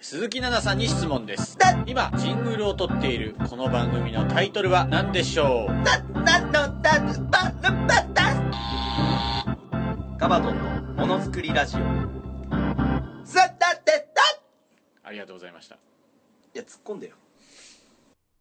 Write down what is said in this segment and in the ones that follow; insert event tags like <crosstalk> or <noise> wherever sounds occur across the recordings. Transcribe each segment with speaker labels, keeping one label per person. Speaker 1: 鈴木奈々さんに質問です今ジングルを撮っているこの番組のタイトルは何でしょう
Speaker 2: ガバドンのものづくりラジオい
Speaker 1: ありがとうございました
Speaker 2: や突っ込んでよ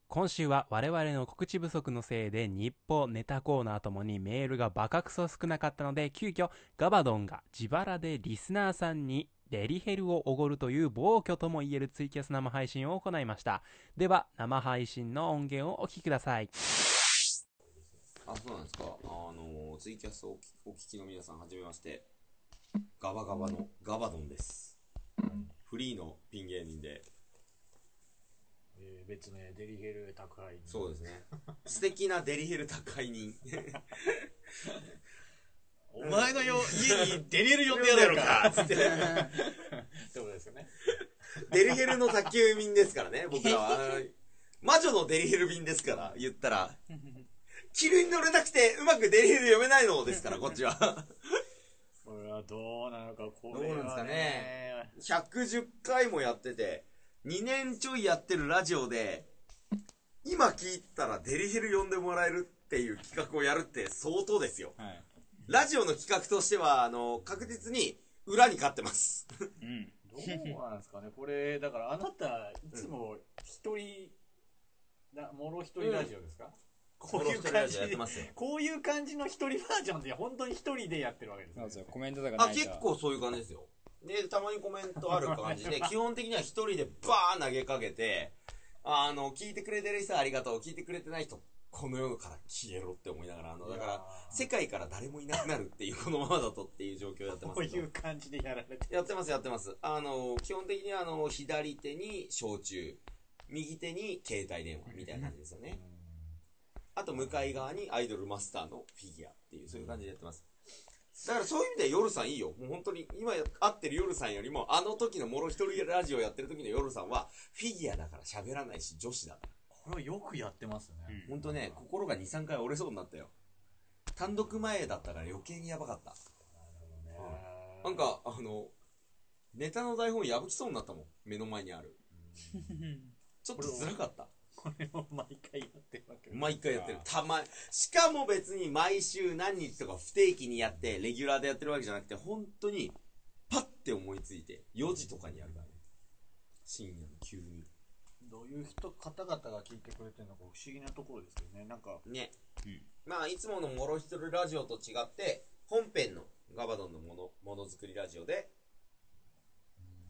Speaker 3: 今週は我々の告知不足のせいで日報ネタコーナーともにメールがバカクソ少なかったので急遽ガバドンが自腹でリスナーさんにデリヘルをおごるという暴挙ともいえるツイキャス生配信を行いましたでは生配信の音源をお聞きください
Speaker 4: あ、そうなんですか。あの、ツイキャスをお聞きの皆さん、はじめまして。ガバガバのガバドンです。フリーのピン芸人で、
Speaker 5: えー別名デリヘル宅配人
Speaker 4: そうですね。素敵なデリヘル宅配人。
Speaker 5: <laughs> お前のよ家にデリヘル呼んで
Speaker 4: や
Speaker 5: や
Speaker 4: ろ
Speaker 5: ろ
Speaker 4: う
Speaker 5: う
Speaker 4: か
Speaker 5: か
Speaker 4: つって。
Speaker 5: ってことですよね
Speaker 4: デリヘルの宅急便ですからね、僕らは。あの魔女のデリヘル便ですから、言ったら。気流に乗れなくて、うまくデリヘル読めないので
Speaker 5: <laughs>
Speaker 4: すから、こっちは。
Speaker 5: これはどうなのかこ
Speaker 4: どう
Speaker 5: れ
Speaker 4: なんです
Speaker 5: は
Speaker 4: か
Speaker 5: ね
Speaker 4: 110回もやってて、2年ちょいやってるラジオで、今聞いたらデリヘル呼んでもらえるっていう企画をやるって相当ですよ。
Speaker 1: はい
Speaker 4: ラジオの企画としては、あの、確実に裏に勝ってます。
Speaker 1: うん
Speaker 5: どうなんですかねこれだからあなたいつも一人なもろ一人ラジオですか、こういう感じ
Speaker 4: やってますよ。
Speaker 5: こういう感じの一人バージョンで本当に一人でやってるわけです
Speaker 6: なんです
Speaker 5: ね
Speaker 6: よコメントとか
Speaker 4: あ、
Speaker 6: ない
Speaker 4: 結
Speaker 6: か
Speaker 4: 構そういう感じですよ。で、たまにコメントある
Speaker 5: <laughs>
Speaker 4: 感じで、基本的には一人でバーン投げかけて、あの、聞いてくれてる人はありがとう、聞いてくれてない人、この世から消えろって思いながら、あの、だから、世界から誰もいなくなるっていう、このままだとっていう状況やってます
Speaker 5: こうい
Speaker 4: けど
Speaker 5: う。感じでやられて
Speaker 4: やってます、やってます。あの、基本的にあの、左手に焼酎、右手に携帯電話みたいな感じですよね。あと、向かい側にアイドルマスターのフィギュアっていう、そういう感じでやってます。だからそういう意味では夜さんいいよ。もう本当に、今会ってる夜さんよりも、あの時のもろ一人ラジオやってる時の夜さんは、フィギュアだから喋らないし、女子だから。
Speaker 5: これをよくやってますね、
Speaker 4: 本当ね、心が2、3回折れそうになったよ。単独前だったから余計にやばかった。なんか、あの、ネタの台本破きそうになったもん。目の前にある。ちょっと辛かった。
Speaker 5: これを毎回やってるわけです
Speaker 4: 毎回やってる。たま、しかも別に毎週何日とか不定期にやって、レギュラーでやってるわけじゃなくて、本当に、パッて思いついて、4時とかにやるからね。深夜の急に。
Speaker 5: どういう人方々が聞いてくれてるのか不思議なところですけどねなんか
Speaker 4: ね、まあいつものもろひとりラジオと違って本編のガバドンのものものづくりラジオで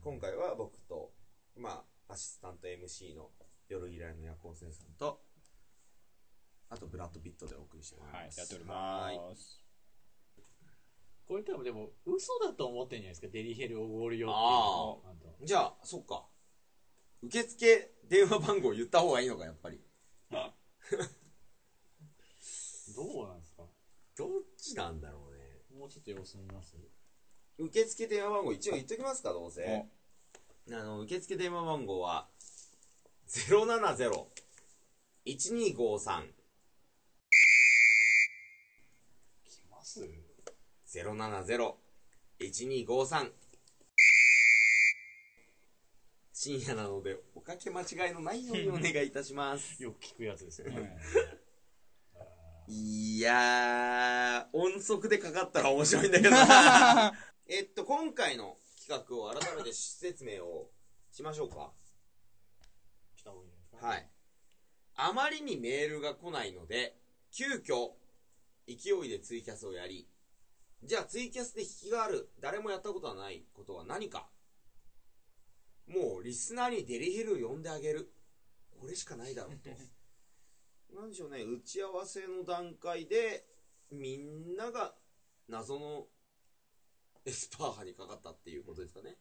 Speaker 4: 今回は僕とまあアシスタント MC の夜依頼の夜行性さんとあとブラッド・ピットでお送りしており
Speaker 6: はい
Speaker 4: ます
Speaker 6: やっており
Speaker 4: は
Speaker 6: ま
Speaker 4: ーい
Speaker 6: す
Speaker 5: これ多分でも嘘だと思ってんじゃないですかデリヘルおごるよって
Speaker 4: あ
Speaker 5: いうの
Speaker 4: じゃあそっか受付電話番号言った方がいいのかやっぱり
Speaker 5: どうなんですか
Speaker 4: どっちなんだろうね
Speaker 5: もうちょっと様子見ます
Speaker 4: 受付電話番号一応言っときますかどうせ
Speaker 6: お
Speaker 4: あの受付電話番号は070-1253
Speaker 5: 来ます
Speaker 4: 070-1253深夜なのでおかけ間違いのないようにお願いいたします
Speaker 5: よく聞くやつですよ
Speaker 6: はい
Speaker 5: ね
Speaker 4: いやー音速でかかったら面白いんだけどなえっと今回の企画を改めて説明をしましょうか
Speaker 5: 来た方がいいんじゃないですか
Speaker 4: はい。あまりにメールが来ないので、急遽、勢いでツイキャスをやり、じゃあツイキャスで引きがある、誰もやったことはないことは何かもうリスナーにデリヘルを呼んであげる。これしかないだろうと。なんでしょうね、打ち合わせの段階で、みんなが謎のエスパー派にかかったっていうことですかね。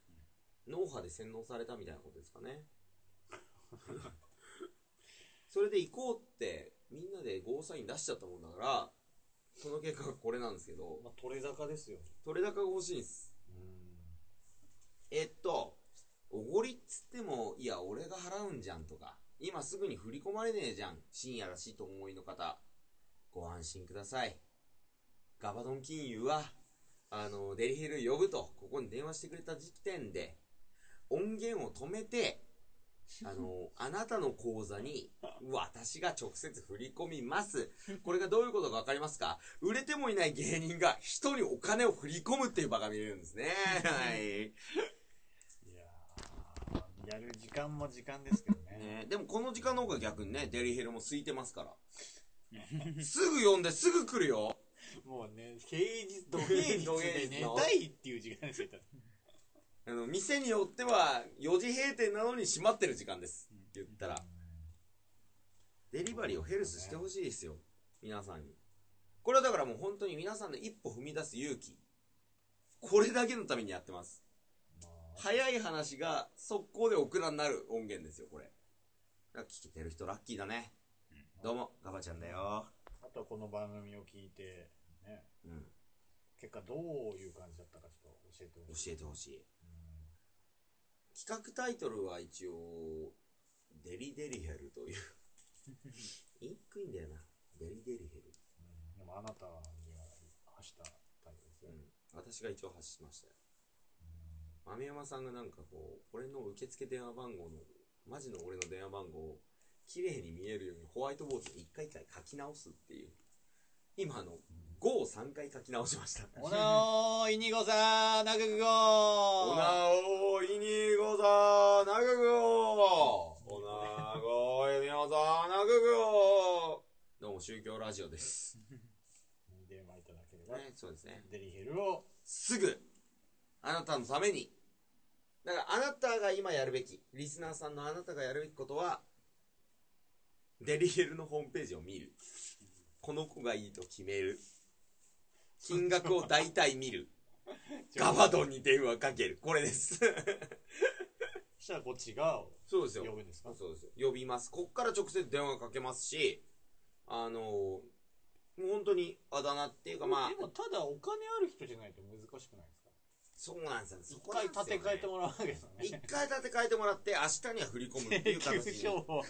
Speaker 4: 脳波で洗脳されたみたいなことですかね。それで行こうって、みんなでゴーサイン出しちゃったもんだから、その結果がこれなんですけど、
Speaker 5: まあ、取れ高ですよ
Speaker 4: 取れ高が欲しいんです。えっと、おごりっつっても、いや、俺が払うんじゃんとか、今すぐに振り込まれねえじゃん、深夜らしいとお思いの方、ご安心ください。ガバドン金融は、あの、デリヘル呼ぶと、ここに電話してくれた時点で、音源を止めて、あの、あなたの口座に、私が直接振り込みます。これがどういうことかわかりますか売れてもいない芸人が人にお金を振り込むっていう場が見れるんですね。はい。
Speaker 6: いやーやる時間も時間ですけどね。
Speaker 4: ね、でもこの時間の方が逆にね、デリヘルも空いてますから。すぐ読んですぐ来るよ。
Speaker 6: もうね、平日、土平日で寝たいっていう時間ですよ。
Speaker 4: あの、店によっては4時閉店なのに閉まってる時間です。言ったら。デリバリーをヘルスしてほしいですよ。皆さんに。これはだからもう本当に皆さんの一歩踏み出す勇気。これだけのためにやってます。早い話が速攻でオクラになる音源ですよ、これ。だから聞けてる人ラッキーだね。どうも、ガバちゃんだよ。
Speaker 6: あとこの番組を聞いて、ね、
Speaker 4: うん。
Speaker 6: 結果どういう感じだったかちょっと教えてほしい。
Speaker 4: 教えてほしい。企画タイトルは一応、デリデリヘルと <laughs> いう。言いにくいんだよな。デリデリヘル。
Speaker 6: うんでもあなたには走ったタイプです
Speaker 4: う
Speaker 6: よ。
Speaker 4: ん。私が一応発しましたよ。豆山さんがなんかこう、俺の受付電話番号の、マジの俺の電話番号を、綺麗に見えるようにホワイトボードで一回一回書き直すっていう。今あの、5を3回書き直しました。
Speaker 6: おなおいにごさー、なぐご
Speaker 4: おなおいにござなぐぐおおなごいみょざなぐぐおどうも宗教ラジオです。
Speaker 6: 電話いただければ、
Speaker 4: ね、そうですね。
Speaker 6: デリヘルを、
Speaker 4: すぐ、あなたのために。だからあなたが今やるべき、リスナーさんのあなたがやるべきことは、デリヘルのホームページを見る。この子がいいと決める。金額を大体見る。ガバドンに電話かける。これです。
Speaker 6: そしたらこっちが
Speaker 4: そうです
Speaker 6: 呼
Speaker 4: よ。
Speaker 6: ぶんですか
Speaker 4: そうですよ。呼びます。こっから直接電話かけますし、あのーもう本当にあだ名っていうか、まあ
Speaker 6: で、もただお金ある人じゃないと難しくないですか
Speaker 4: そうなんですよ。そ
Speaker 6: 一
Speaker 4: こな
Speaker 6: 回
Speaker 4: んですよ
Speaker 6: 立
Speaker 4: ね
Speaker 6: て替えてもらうわけですよ
Speaker 4: 一
Speaker 6: ね。
Speaker 4: 回立て替えてもらって、明日には振り込むっていう形
Speaker 6: <laughs> 急
Speaker 4: に。
Speaker 6: 所を。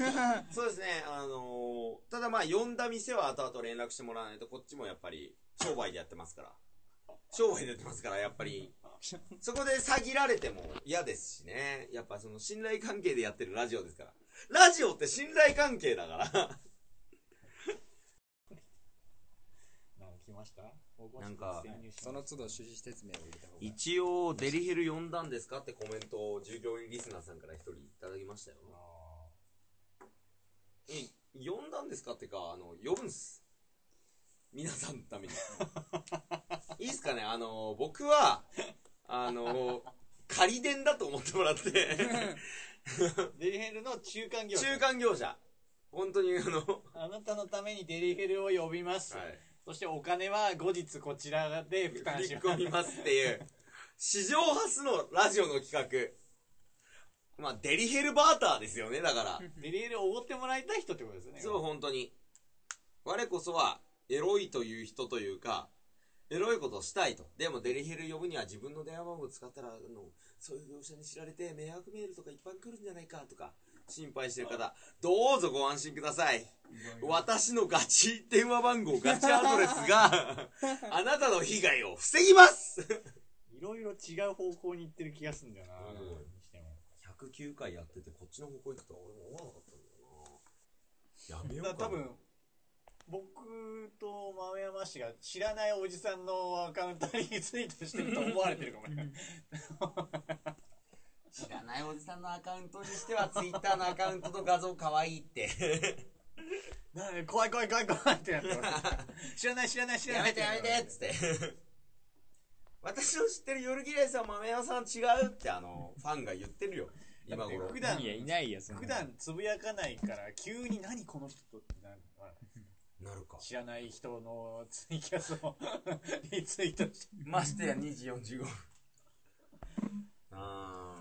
Speaker 4: そうですね、あのーただまあ、呼んだ店は後々連絡してもらわないと、こっちもやっぱり、商売でやってますから。商売でやってますから、やっぱり。そこで詐欺られても嫌ですしね。やっぱその信頼関係でやってるラジオですから。ラジオって信頼関係だから。
Speaker 6: なんか来ました
Speaker 4: なんか
Speaker 7: その都度趣旨説明を入れた方がいい。
Speaker 4: 一応、デリヘル呼んだんですかってコメントを従業員リスナーさんから一人いただきましたよ。え呼んだんですかってか、あの、呼ぶんす。皆さんのために。いいっすかねあの、僕は、あの、仮伝だと思ってもらって、
Speaker 6: デリヘルの中間業者
Speaker 4: 中間業者。本当にあの、は
Speaker 6: あなたのためにデリヘルを呼びます、そしてお金は後日こちらで負担
Speaker 4: い、振
Speaker 6: し
Speaker 4: り
Speaker 6: ま
Speaker 4: 込みますっていう、史上初のラジオの企画。まあ、デリヘルバーターですよね、だから。
Speaker 6: す <laughs> デリヘルをおごってもらいたい人ってことですよね
Speaker 4: そう、本当に。我こそは、エロいという人というか、エロいことをしたいと。でも、デリヘル呼ぶには自分の電話番号使ったら、あの、そういう業者に知られて、迷惑メールとかいっぱい来るんじゃないかとか、心配してる方、どうぞご安心ください。私のガチ電話番号、ガチアドレスが、あなたの被害を防ぎます
Speaker 6: いろいろ違う方向に行ってる気がするんだよな、
Speaker 4: うん
Speaker 6: にしても
Speaker 4: !109 回やってて、こっちの方向行くとは俺も思わなかったんだよな。やめよ
Speaker 6: だ
Speaker 4: う
Speaker 6: か
Speaker 4: からな。
Speaker 6: 多分僕と豆山氏が知らないおじさんのアカウントにツイートしてると思われてるかもね
Speaker 4: 知らないおじさんのアカウントにしては、ツイッターのアカウントの画像可愛いって。
Speaker 6: なんで怖い怖い怖い怖いってなって俺知らない知らない知ら
Speaker 4: や
Speaker 6: ない
Speaker 4: めてやめてっつって。私の知ってる夜嫌いさん、豆屋さん違うって、あの、ファンが言ってるよ。今頃。
Speaker 6: 普段
Speaker 7: いや、いないよ、そんな。
Speaker 6: 普段つぶやかないから急に何この人ってなるから
Speaker 4: なるか。
Speaker 6: 知らない人のツイキャスを <laughs> リツイートして
Speaker 4: ましてや、2時45分。あ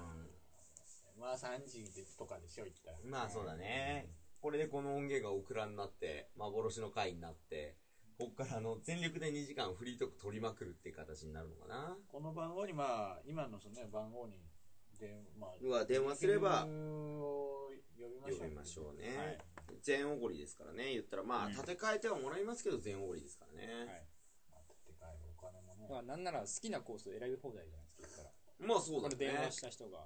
Speaker 6: まあ3時とかでしょ言ったら
Speaker 4: ーん。まあそうだね。これでこの音源がオクラになって、幻の回になって、こっからあの、全力で2時間フリートーク取りまくるっていう形になるのかな。
Speaker 6: この番号にまあ今のそのね番号にでまあ
Speaker 4: うわ、電話すれば
Speaker 6: 呼、びましょう
Speaker 4: 呼びましょうね
Speaker 6: はい
Speaker 4: 全おごりですからね。言ったら、まあ、立て替えてはもらいますけど、全おごりですからね。
Speaker 6: はいまあ立て替えるお金もね
Speaker 7: まあ、なんなら好きなコースを選び放題じゃないですか。言ったら
Speaker 4: まあそう
Speaker 7: こ
Speaker 4: だ
Speaker 7: れ
Speaker 4: ね。
Speaker 7: 電話した人が。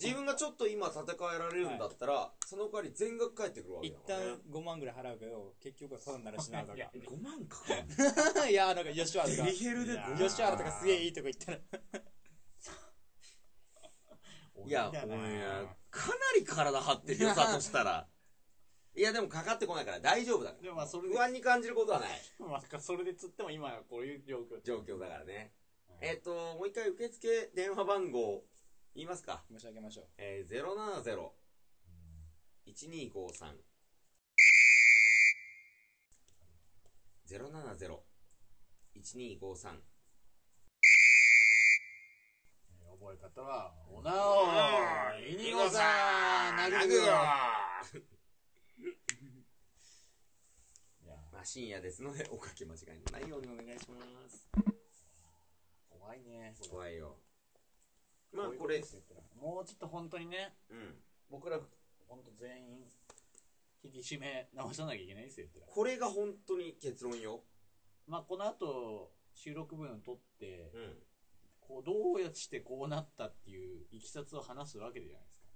Speaker 4: 自分がちょっと今戦えられるんだったら、その代わり全額返ってくるわけ
Speaker 3: 一
Speaker 4: だからね
Speaker 3: 旦5万ぐらい払うけど、結局はただならしなとか。 <laughs>
Speaker 4: 5万か
Speaker 3: いやーなんか吉原と <laughs>
Speaker 4: デ
Speaker 3: か
Speaker 4: リ、ヘルで5万
Speaker 3: 吉原とかすげえいいとこ行ったら、
Speaker 4: いや
Speaker 3: 俺だ
Speaker 4: お
Speaker 3: な
Speaker 4: 前かなり体張って
Speaker 6: <laughs>
Speaker 4: るよさとしたらいやでもかかってこないから大丈夫だから
Speaker 6: でもまあそれで
Speaker 4: 不安に感じることはない
Speaker 6: まあ、それで釣っても今はこういう状況
Speaker 4: 状況だからねえっともう一回受付電話番号言いますか
Speaker 3: 申し上げましょう。
Speaker 4: えー、070-1253。070-1253。
Speaker 6: 覚え方は、おなおイニゴさん
Speaker 4: 泣
Speaker 6: 殴
Speaker 4: く
Speaker 6: るよ
Speaker 4: よ
Speaker 6: いや、
Speaker 4: まあ深夜ですので、おかけ間違いのないようにお願いします。
Speaker 6: 怖いね。これ
Speaker 4: 怖いよ。まあ
Speaker 6: ういう
Speaker 4: こ
Speaker 6: と
Speaker 4: れ
Speaker 6: で、すよもうちょっと本当にね、
Speaker 4: うん。
Speaker 6: 僕ら、本当全員、引き締め直さなきゃいけないですよ、言ったら
Speaker 4: これが本当に結論よ。
Speaker 6: まあ、この後、収録分を撮って、
Speaker 4: うん。
Speaker 6: こう、どうやってこうなったっていう、いきさつを話すわけじゃないですか。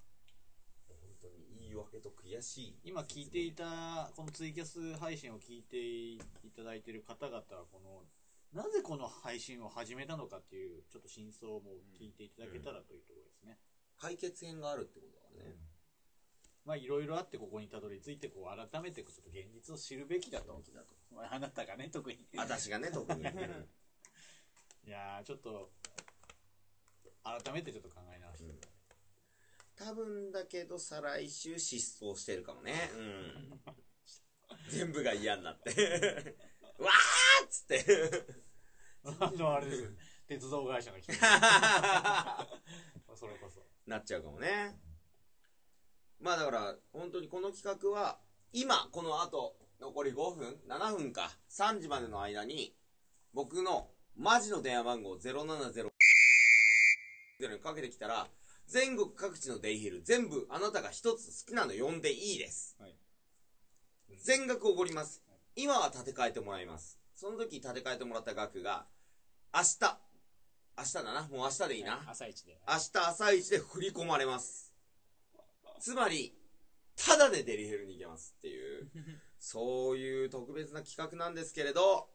Speaker 4: 本当に言い訳と悔しい。
Speaker 6: 今聞いていた、このツイキャス配信を聞いていただいている方々は、この、なぜこの配信を始めたのかっていう、ちょっと真相も聞いていただけたらというところですね。
Speaker 4: 解決編があるってことだね。
Speaker 6: まあ、いろいろあってここにたどり着いて、こう、改めてちょっと現実を知るべきだと。まああなたがね、特に。
Speaker 4: 私がね、特に。うん
Speaker 6: いやー、ちょっと、改めてちょっと考え直して。
Speaker 4: 多分だけど再来週失踪してるかもねうん <laughs> 全部が嫌になって <laughs> わーっつって
Speaker 6: <laughs> あの、あれですよね。鉄道会社 <laughs> の人。それこそ。
Speaker 4: なっちゃうかもねまあだから本当にこの企画は今この後残り5分7分か3時までの間に僕のマジの電話番号070にかけてきたら全国各地のデイヒル全部あなたが一つ好きなの呼んでいいです、
Speaker 6: はい
Speaker 4: 全額おごります今は建て替えてもらいますその時建て替えてもらった額が明日明日だなもう明日でいいな、
Speaker 3: 朝一で。
Speaker 4: 明日朝一で振り込まれます。つまり、ただでデリヘルに行けますっていう、そういう特別な企画なんですけれど、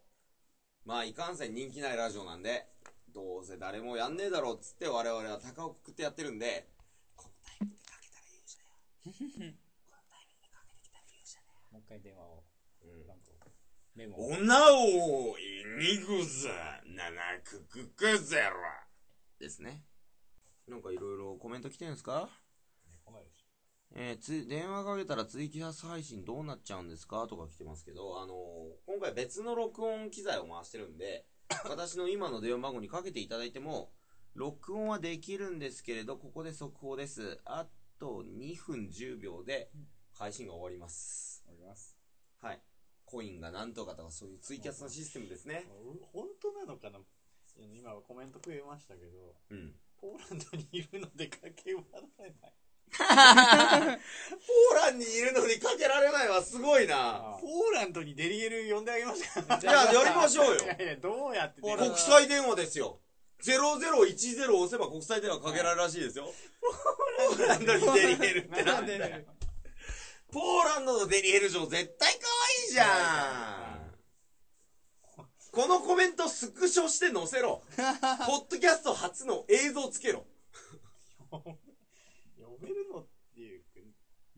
Speaker 4: まあ、いかんせん人気ないラジオなんで、どうせ誰もやんねえだろうっつって我々は鷹をくくってやってるんで、このタイミングでかけたら勇者だよ。このタイミングでかけてきたら
Speaker 3: もう
Speaker 4: 勇者だよ。
Speaker 3: 一回電話を、
Speaker 4: うん
Speaker 3: 番号、メモを。
Speaker 4: 女をイニグザ七九九九ゼロですね。なんかいろいろコメント来てるんですかえーつ電話かけたら追記発配信どうなっちゃうんですかとか来てますけど、あのー今回別の録音機材を回してるんで、私の今の電話番号にかけていただいても、録音はできるんですけれど、ここで速報です。あと2分10秒で配信が終わります。
Speaker 3: おります。
Speaker 4: はい。コインがなんとかとかそういうツイキャスのシステムですね。
Speaker 6: 本当なのかなあの今はコメント増えましたけど、
Speaker 4: うん。 <laughs>
Speaker 6: ポーランドにいるのでかけ離れない。
Speaker 4: ポーランにいるのにかけられないはすごいな。
Speaker 6: ポーランドにデリエル呼んであげましょう。
Speaker 4: いや、やりましょうよ。
Speaker 6: いやいや、どうやって
Speaker 4: 国際電話ですよ。0010押せば国際電話かけられるらしいですよ。ポーランドにデリヘルってなんだよ。ポーランドのデリヘル嬢絶対可愛いじゃん。このコメントスクショして載せろ。ポッドキャスト初の映像つけろ。
Speaker 6: 呼べるのっていう、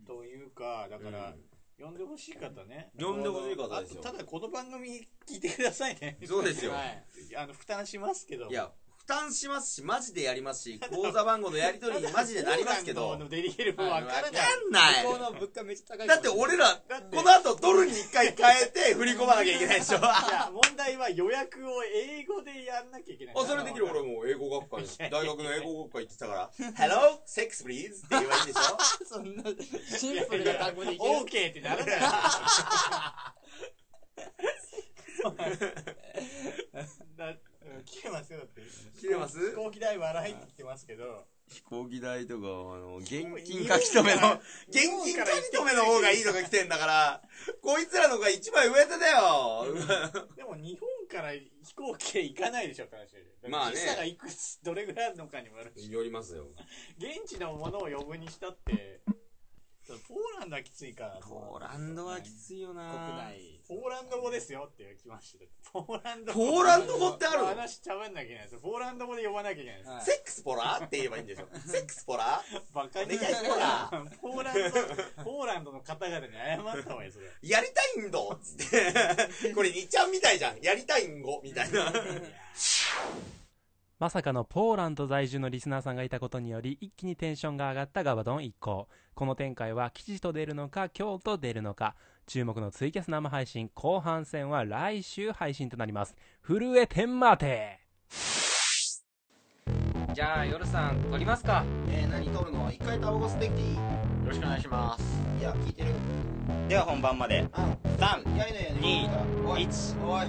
Speaker 6: というか、だから、呼んでほしい方ね。
Speaker 4: 呼んでほしい方ですよ
Speaker 6: あとただこの番組聞いてくださいね。
Speaker 4: そうですよ
Speaker 6: はい。あの、負担しますけど。
Speaker 4: いや、負担しますし、マジでやりますし、口座番号のやり取りにマジでなりますけ
Speaker 6: ポー
Speaker 4: ど
Speaker 6: ランド、のデリヘルもわからない。
Speaker 4: わかんない
Speaker 3: 向こうの物価めっちゃ高いか
Speaker 4: だ
Speaker 3: ら。
Speaker 4: って俺ら、この後ドルに一回変えて振り込まなきゃいけないでしょ。あ、
Speaker 6: じゃあ問題は予約を英語でやんなきゃいけない。
Speaker 4: それできる俺もう英語学科に、
Speaker 6: <laughs>
Speaker 4: 大学の英語学科行ってたから、Hello, sex please って言えばいいんでしょ
Speaker 3: そんな、シ <laughs> ンプルな単語でいける。
Speaker 6: オーケーってならない。だ切れますよだって
Speaker 4: 切れます
Speaker 6: 飛行機代は払いってきてますけど
Speaker 4: 飛
Speaker 6: 講義代とか、あの、現金書き留めの、現金書き留めの方がいいとか来てんだから、こいつらの方が一枚上手だよ。
Speaker 5: でも日本から飛行機で行かないでしょ、から
Speaker 6: まあね
Speaker 5: 時差がいくつ、どれぐらいあるのかにもよるし。
Speaker 6: よりますよ。
Speaker 5: 現地のものを呼ぶにしたって、そのポーランドはきついから。
Speaker 6: ポーランドはきついよな
Speaker 5: 国内。ポーランド語ですよっていう来ました。ポーランド
Speaker 6: ポーランド語ってある
Speaker 5: 話しちゃばんなきゃいけないです。ポーランド語で呼ばなきゃいけないです。
Speaker 6: セックスポラーって言えばいいんでしょ。セックスポラー
Speaker 5: バカに
Speaker 6: お願いしま
Speaker 5: ポーランド、ポーランドの方々に謝った方がいいですよ。
Speaker 6: やりたいんどつって。 <laughs> これ、にちゃんみたいじゃん。やりたいんごみたいな。
Speaker 3: まさかのポーランド在住のリスナーさんがいたことにより一気にテンションが上がったガバドン一行この展開は吉と出るのか京と出るのか注目のツイキャス生配信後半戦は来週配信となります震えてんまて
Speaker 8: じゃあ夜さん撮りますか
Speaker 4: えー、何撮るの一回タバコ吸ってきていい
Speaker 9: よろしくお願いします。
Speaker 4: いや、聞いてる。
Speaker 2: では本番まで。
Speaker 4: うん。
Speaker 2: 三、
Speaker 4: いやいやいや、
Speaker 2: 二
Speaker 4: おい、
Speaker 2: 一。
Speaker 4: おい。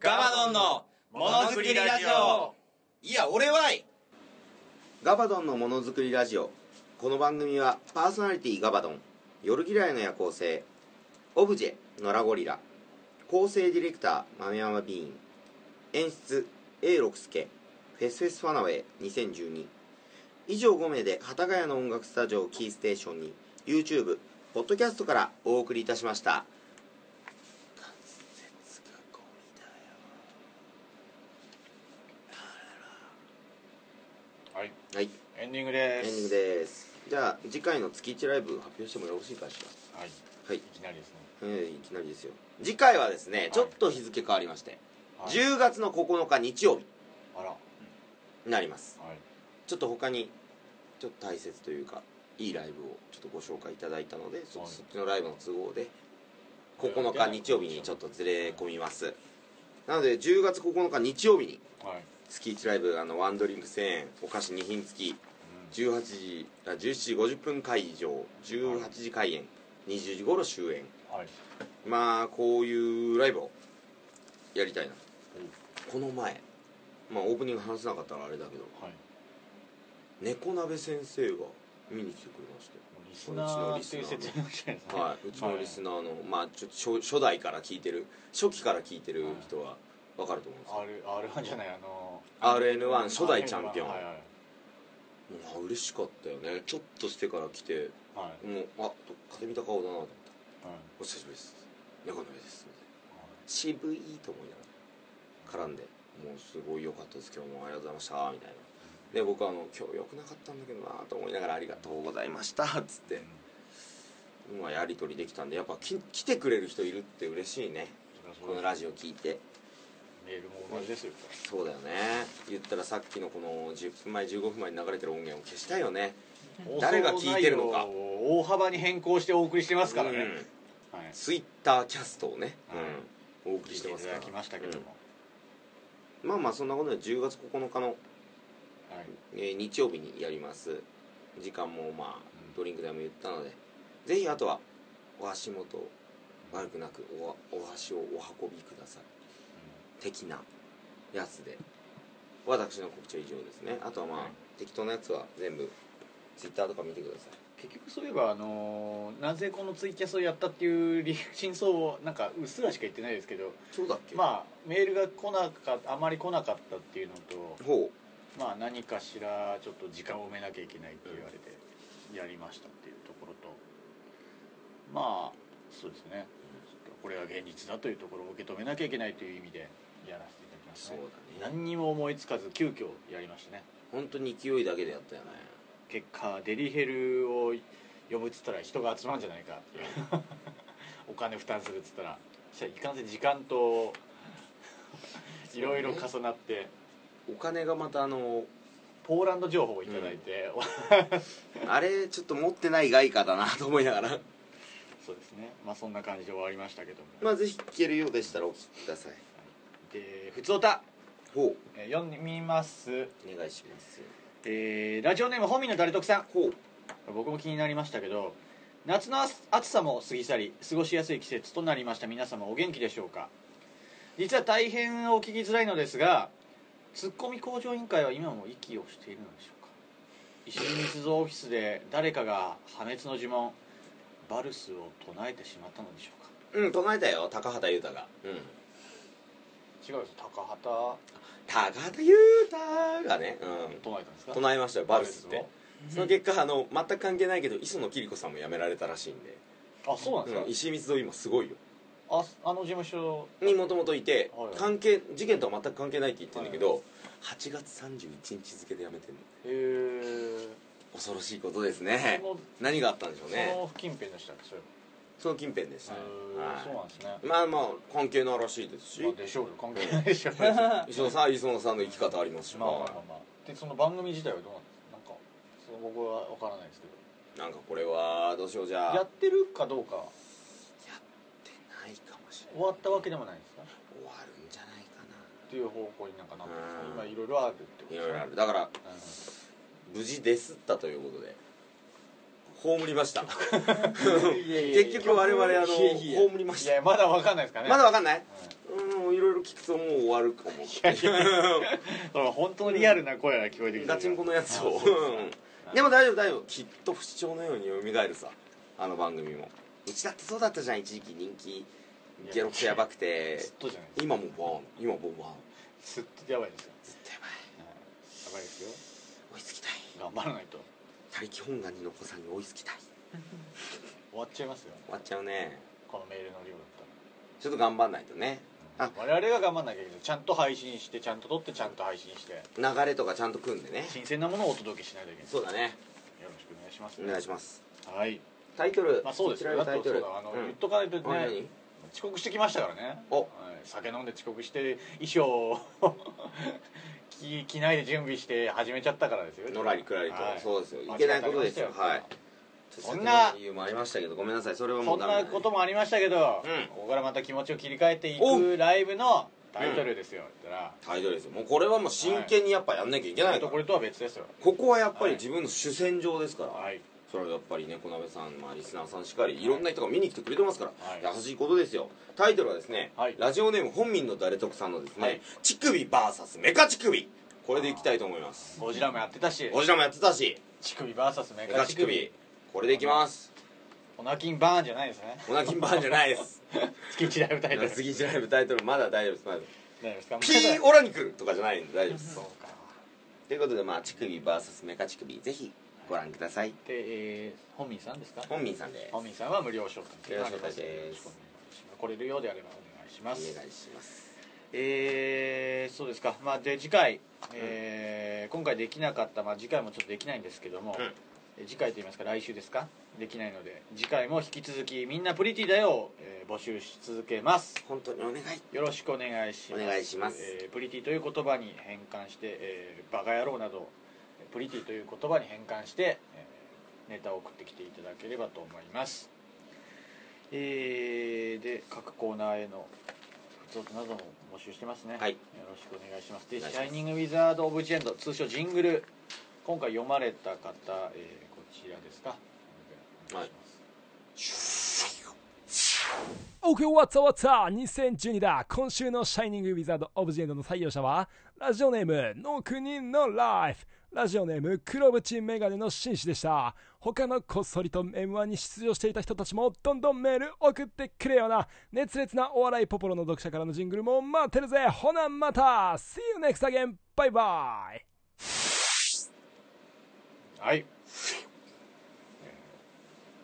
Speaker 6: ガバドンのものづくりラジオ。いや、俺はい。
Speaker 4: ガバドンのものづくりラジオこの番組はパーソナリティガバドン夜嫌いの夜行性オブジェノラゴリラ構成ディレクター豆山ビーン演出 A 六輔フェスフェスファナウェイ2012以上5名で幡ヶ谷の音楽スタジオをキーステーションに YouTube ポッドキャストからお送りいたしました
Speaker 9: はい。
Speaker 4: はい
Speaker 9: エンディング
Speaker 4: エ
Speaker 9: で
Speaker 4: ンデ
Speaker 9: す。
Speaker 4: ィングですじゃあ次回の月1ライブ発表してもよろしいかしら
Speaker 9: はい。い
Speaker 4: はい
Speaker 9: きなりですね。
Speaker 4: えーいきなりですよ次回はですね、ちょっと日付変わりまして、
Speaker 9: はい
Speaker 4: 10月の9日日曜日
Speaker 9: あら。は
Speaker 4: になります
Speaker 9: い。
Speaker 4: ちょっと他にちょっと大切というかいいライブをちょっとご紹介いただいたのでそ
Speaker 9: はい
Speaker 4: そっちのライブの都合で9日日曜日にちょっとずれ込みますなので10月9日日曜日に
Speaker 9: はい。
Speaker 4: 月1ライブあのワンドリンク1000円お菓子2品付き18時あ17時50分開場18時開演20時頃終演
Speaker 9: うんはい。
Speaker 4: まあこういうライブをやりたいな、この前まあオープニング話せなかったらあれだけど
Speaker 9: はい。
Speaker 4: 猫鍋先生が見に来てくれまして
Speaker 9: リスナーっていう設定なんじゃないですか。
Speaker 4: はい、うちのリスナーの、まあちょっと初初代から聞いてる初期から聞いてる人は分かると思うんですけど、
Speaker 9: R R1 じゃないあの
Speaker 4: RN1 初代チャンピオン
Speaker 9: はい
Speaker 4: も
Speaker 9: はいう
Speaker 4: 嬉しかったよねちょっとしてから来て
Speaker 9: はい
Speaker 4: もうあっ風見た顔だなと思って
Speaker 9: はい
Speaker 4: 「お久しぶりです猫鍋です」みたいな渋いと思いながら絡んで「もうすごい良かったです今日もありがとうございました」みたいなで僕はあの「今日良くなかったんだけどな」と思いながら「ありがとうございました」っつって、まあ、やり取りできたんでやっぱき来てくれる人いるって嬉しいねこのラジオ聞いて
Speaker 9: メールも同じですよ
Speaker 4: そうだよね言ったらさっきのこの10分前15分前に流れてる音源を消したいよね誰が聞いてるのか
Speaker 5: 放送内容を大幅に変更してお送りしてますからね。
Speaker 9: はい
Speaker 4: ツイッターキャストをね、
Speaker 9: はい
Speaker 4: うん、お送り
Speaker 9: 聞い
Speaker 4: してて
Speaker 9: い
Speaker 4: ます
Speaker 9: た
Speaker 4: か
Speaker 9: だ
Speaker 4: ら
Speaker 9: きましたけども
Speaker 4: うんまあまあそんなことで10月9日の
Speaker 9: はい
Speaker 4: えー日曜日にやります時間もまあドリンクでも言ったのでぜひあとはお足元悪くなくおわお箸をお運びください的なやつで私の告知は以上ですねあとはまあ、
Speaker 9: はい
Speaker 4: 適当なやつは全部ツイッターとか見てくださ
Speaker 5: 結局そういえばあのーなぜこのツイキャスをやったっていう理由真相をなんかうっすらしか言ってないですけど
Speaker 4: いそうだっけあ
Speaker 5: まあメールが来なかったあまり来なかったっていうのと
Speaker 4: ほ
Speaker 5: まあ何かしらちょっと時間を埋めなきゃいけないって言われてやりましたっていうところとまあそうですねちょっとこれが現実だというところを受け止めなきゃいけないという意味でやらせていただきま
Speaker 4: う
Speaker 5: し
Speaker 4: そ
Speaker 5: た
Speaker 4: う
Speaker 5: ね
Speaker 4: だね
Speaker 5: 何にも思いつかず急遽やりましたね
Speaker 4: 本当に勢いだけでやったよね
Speaker 5: 結果デリヘルを呼ぶっつったら人が集まるんじゃないかっていう <laughs> お金負担するっつったらそしたらいかんせん時間と
Speaker 4: <laughs>
Speaker 5: いろいろ重なって
Speaker 4: お金がまたあの
Speaker 5: ポーランド情報をいただいて、
Speaker 4: あれちょっと持ってない外貨だなと思いながら
Speaker 5: そうですねまあそんな感じで終わりましたけども、
Speaker 4: まあぜひ聞けるようでしたらお聞きください
Speaker 5: で「ふつおた
Speaker 4: ほ」
Speaker 5: えー読みます、
Speaker 4: うお願いします
Speaker 5: えーラジオネームホミの誰得さん
Speaker 4: ほう
Speaker 5: 僕も気になりましたけど夏の暑さも過ぎ去り過ごしやすい季節となりました皆様お元気でしょうか実は大変お聞きづらいのですがツッコミ向上委員会は今も息をしているのでしょうか石井密造オフィスで誰かが破滅の呪文バルスを唱えてしまったのでしょうか
Speaker 4: うん唱えたよ高畑裕太がうん
Speaker 5: 違うです高畑
Speaker 4: 高畑裕太がね、う
Speaker 5: 唱えたんですか
Speaker 4: ん、唱えましたよバルスって
Speaker 5: を
Speaker 4: その結果あの全く関係ないけど磯野桐子さんも辞められたらしいんで、
Speaker 5: あそうなんですか、
Speaker 4: うん、石井光堂今すごいよ
Speaker 5: ああの事務所
Speaker 4: にもともといて
Speaker 5: はいはい
Speaker 4: 関係事件とは全く関係ないって言ってるんだけど8月31日付で辞めてるの
Speaker 5: へえ
Speaker 4: 恐ろしいことですね
Speaker 5: その
Speaker 4: 何があったんでしょう
Speaker 5: そ
Speaker 4: ね
Speaker 5: の近辺でしたっけそれ
Speaker 4: その近辺でしたね
Speaker 5: へーそうなんですね、
Speaker 4: まあまあ関係ないらしいですし
Speaker 5: まあ、でしょうよ関係ないでしょうよ
Speaker 4: <laughs>
Speaker 5: まあ
Speaker 4: 磯野さん磯野さんの生き方ありますし
Speaker 5: まあまあまあでその番組自体はどうなんですかなんかその僕は分からないですけど
Speaker 4: なんかこれはどうしようじゃあ
Speaker 5: やってるかどうか
Speaker 4: ないかもしれない
Speaker 5: 終わったわけでもないんですかっ
Speaker 4: 終わるんじゃないかな
Speaker 5: ていう方向になんかなってるんですか
Speaker 4: うん
Speaker 5: 今いろいろあるってこと
Speaker 4: いろいろあるだから無事ですったということで葬りました結
Speaker 5: 結
Speaker 4: 局我々あの葬りまし
Speaker 5: い
Speaker 4: た
Speaker 5: やまだ分かんないですかね
Speaker 4: まだわかんないうんいろいろ聞くともう終わるかも
Speaker 5: それは本当にリアルな声が聞こえてきて
Speaker 4: ガチンコのやつを
Speaker 5: あそうですか
Speaker 4: うんでも大丈夫大丈夫きっと不死鳥のようによみがえるさあの番組もうちだってそうだったじゃん一時期人気ゲロクソやばくて
Speaker 5: ずっとじゃないです
Speaker 4: 今もうボーン今もうボーン
Speaker 5: ずっとやばいですよ
Speaker 4: ずっとやばい
Speaker 5: やばいですよ
Speaker 4: 追いつきたい
Speaker 5: 頑張らないと
Speaker 4: 他力本願寺の子さんに追いつきたい
Speaker 5: 終わっちゃいますよ
Speaker 4: 終わっちゃうね
Speaker 5: このメールの量だったら
Speaker 4: ちょっと頑張んないとねあ
Speaker 5: 我々が頑張んなきゃいけないちゃんと配信してちゃんと撮ってちゃんと配信して
Speaker 4: 流れとかちゃんと組んでね
Speaker 5: 新鮮なものをお届けしないといけないよ
Speaker 4: そうだね
Speaker 5: ろしくお願いします
Speaker 4: お願いします
Speaker 5: はい
Speaker 4: タイトル
Speaker 5: まあそうですよだ
Speaker 4: こ
Speaker 5: っ
Speaker 4: ち
Speaker 5: てそう
Speaker 4: らのタイトル
Speaker 5: だあの、
Speaker 4: うん
Speaker 5: 言っとかないと
Speaker 4: あ
Speaker 5: ね
Speaker 4: 何
Speaker 5: 遅刻してきましたからね
Speaker 4: お
Speaker 5: はい酒飲んで遅刻して衣装を <laughs> 着着ないで準備して始めちゃったからですよ
Speaker 4: のらりくらりと、
Speaker 5: はい
Speaker 4: そうですよ
Speaker 5: 間
Speaker 4: い
Speaker 5: 違
Speaker 4: け
Speaker 5: た
Speaker 4: ないことですよ
Speaker 5: ありました
Speaker 4: はい
Speaker 5: そんな
Speaker 4: 理由もありましたけどごめんなさいそれはも
Speaker 5: そ
Speaker 4: うんダメだ
Speaker 5: な
Speaker 4: ね
Speaker 5: こともありましたけど、
Speaker 4: うん
Speaker 5: ここからまた気持ちを切り替えてい
Speaker 4: お
Speaker 5: くライブのタイトルですよ、言ったら
Speaker 4: タイトルですよもうこれはもう真剣にやっぱやんなきゃいけ
Speaker 5: そ
Speaker 4: な
Speaker 5: れ
Speaker 4: い
Speaker 5: と
Speaker 4: から、
Speaker 5: これとは別ですよ
Speaker 4: ここはやっぱ
Speaker 5: は
Speaker 4: り
Speaker 5: い
Speaker 4: 自分の主戦場ですから、
Speaker 5: はい
Speaker 4: それはやっぱりねこなべさん、まあ、リスナーさんしっかりいろんな人が見に来てくれてますから、
Speaker 5: はい
Speaker 4: 優しいことですよタイトルはですね、
Speaker 5: はい
Speaker 4: ラジオネーム本民の誰得さんのですね、
Speaker 5: はい
Speaker 4: 乳首 VS メカ乳首これでいきたいと思います
Speaker 5: ゴジラもやってたし
Speaker 4: おじらもやってたし
Speaker 5: 乳首 VS メ
Speaker 4: メ
Speaker 5: カ
Speaker 4: カ
Speaker 5: 乳
Speaker 4: 乳
Speaker 5: 首
Speaker 4: 首これでいきます
Speaker 5: オナキンバーンじゃないですね
Speaker 4: モナキンバーンじゃないです
Speaker 5: 月一ライブタイトル
Speaker 4: 次ジライブタイトルまだ大丈夫ですまだ
Speaker 5: 大丈夫ですか
Speaker 4: ピーオラに来るとかじゃないんで大丈夫です
Speaker 5: そうか
Speaker 4: ということでまあ乳首 VS メカ乳首ぜひご覧ください
Speaker 5: で、えー、本民さんですか
Speaker 4: 本民さんです
Speaker 5: 本民さんは無料招待
Speaker 4: 無料招待です
Speaker 5: よろしくお願いします来れるようであればお願いしま
Speaker 4: お
Speaker 5: す
Speaker 4: 願いします
Speaker 5: えー、そうですかまあで次回、えー今回できなかったまあ次回もちょっとできないんですけども、え次回といいますか来週ですかできないので次回も引き続き「みんなプリティだよ」を、えー募集し続けます
Speaker 4: 本当にお願い
Speaker 5: よろしくお願いします
Speaker 4: お願いします
Speaker 5: えープリティという言葉に変換して、えーバカ野郎などプリティという言葉に変換して、えーネタを送ってきていただければと思いますえーで各コーナーへの普通なども募集してますね
Speaker 4: はい
Speaker 5: よろしくお願いしますで「
Speaker 4: お願い
Speaker 5: シ
Speaker 4: しま
Speaker 5: ャ
Speaker 4: す
Speaker 5: イニング・ウィザード・オブ・ジェンド」通称ジングル今回読まれた方、えーこちらですかお願いします、
Speaker 3: OK, what's up, what's up? 2012だ今週のシャイニングウィザードオブジェンドの採用者は、ラジオネーム、の国のライフ。ラジオネーム、黒縁メガネの紳士でした。他のこっそりと M1 に出場していた人たちも、どんどんメール送ってくれよな。熱烈なお笑いポポロの読者からのジングルも待ってるぜ。ほな、また !See you next again! バイバイ
Speaker 5: はい、え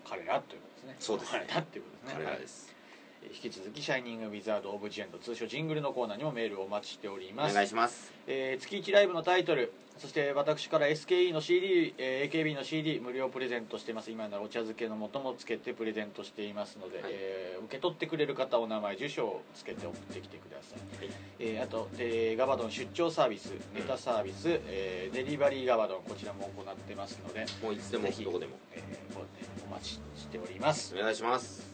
Speaker 5: ー彼らということですね
Speaker 4: そうですね
Speaker 5: 彼らっていうことですね
Speaker 4: 彼らです
Speaker 5: はいえー引き続き「シャイニング・ウィザード・オブ・ジェンド」通称ジングルのコーナーにもメールをお待ちしており
Speaker 4: お
Speaker 5: ます
Speaker 4: 願いします
Speaker 5: えー月1ライブのタイトルそして私から SKE の CD、えー AKB の CD 無料プレゼントしてます今ならお茶漬けの素もつけてプレゼントしていますので、
Speaker 4: はい
Speaker 5: えー受け取ってくれる方お名前住所をつけて送ってきてください、えーあとでガバドン出張サービスネタサービス、えーデリバリーガバドンこちらも行ってますので、
Speaker 4: もういつでも
Speaker 5: ぜひ
Speaker 4: どこでも
Speaker 5: えーごお待ちしております
Speaker 4: お願いします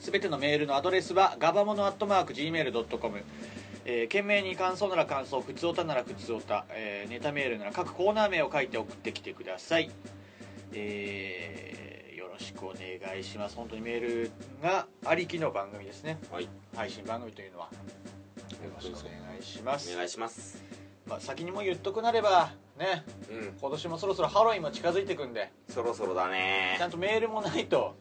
Speaker 5: すべてのメールのアドレスはガバモノアットマーク Gmail.com えー、懸命に感想なら感想普通おたなら普通おた、えーネタメールなら各コーナー名を書いて送ってきてください、えーよろしくお願いします本当にメールがありきの番組ですね
Speaker 4: はい
Speaker 5: 配信番組というのはよろしくお願いします
Speaker 4: お願いします
Speaker 5: まあ、先にも言っとくなればね
Speaker 4: うん
Speaker 5: 今年もそろそろハロウィンも近づいてくんで
Speaker 4: そろそろだね
Speaker 5: ちゃんとメールもないと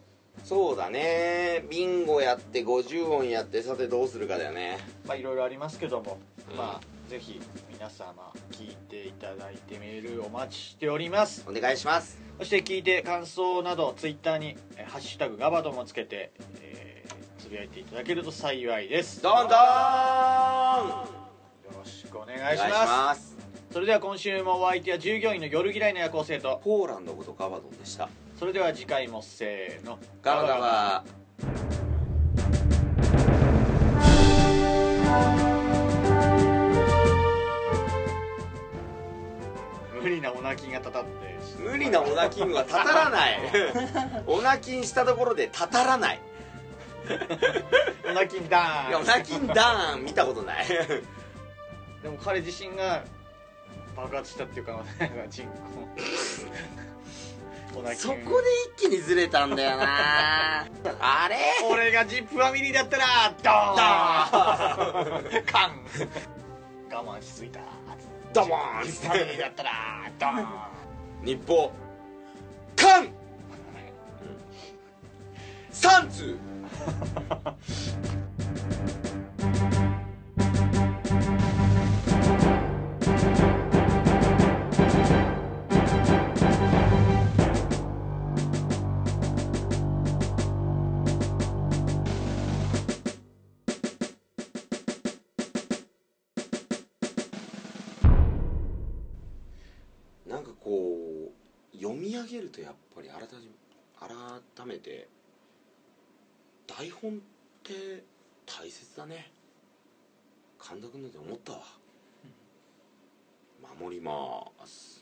Speaker 4: そうだねビンゴやって50音やってさてどうするかだよね
Speaker 5: まあいろいろありますけども、
Speaker 4: うん
Speaker 5: まあぜひ皆様聞いていただいてメールお待ちしております
Speaker 4: お願いします
Speaker 5: そして聞いて感想などツイッターに「えーハッシュタグガバドン」をつけて、えーつぶやいていただけると幸いです
Speaker 4: ど
Speaker 5: よ
Speaker 4: んどーん
Speaker 5: ろしくお願
Speaker 4: お
Speaker 5: いします
Speaker 4: す
Speaker 5: それでは今週もお相手は従業員の夜嫌いの夜行性と
Speaker 4: ポーランド語とガバドンでした
Speaker 5: それでは次回もせーの
Speaker 4: ガバガバ
Speaker 5: 無理なお泣きがたたって
Speaker 4: 無理なオナキングはたたらない <laughs> オナキンしたところでたたらない
Speaker 5: お泣きだ
Speaker 4: いやオナキンダーン見たことない
Speaker 5: でも彼自身が爆発したっていう可能性が人口お泣き
Speaker 4: そこで一気にずれたんだよなあれ
Speaker 5: 俺がジップファミリーだったらドーンカン我慢しすぎた
Speaker 4: ドボーン
Speaker 5: ジップファミリーだったらドーン
Speaker 4: 日報カン三通なんかこう読み上げるとやっぱり改め改めて台本って大切だね神田君なんて思ったわ守ります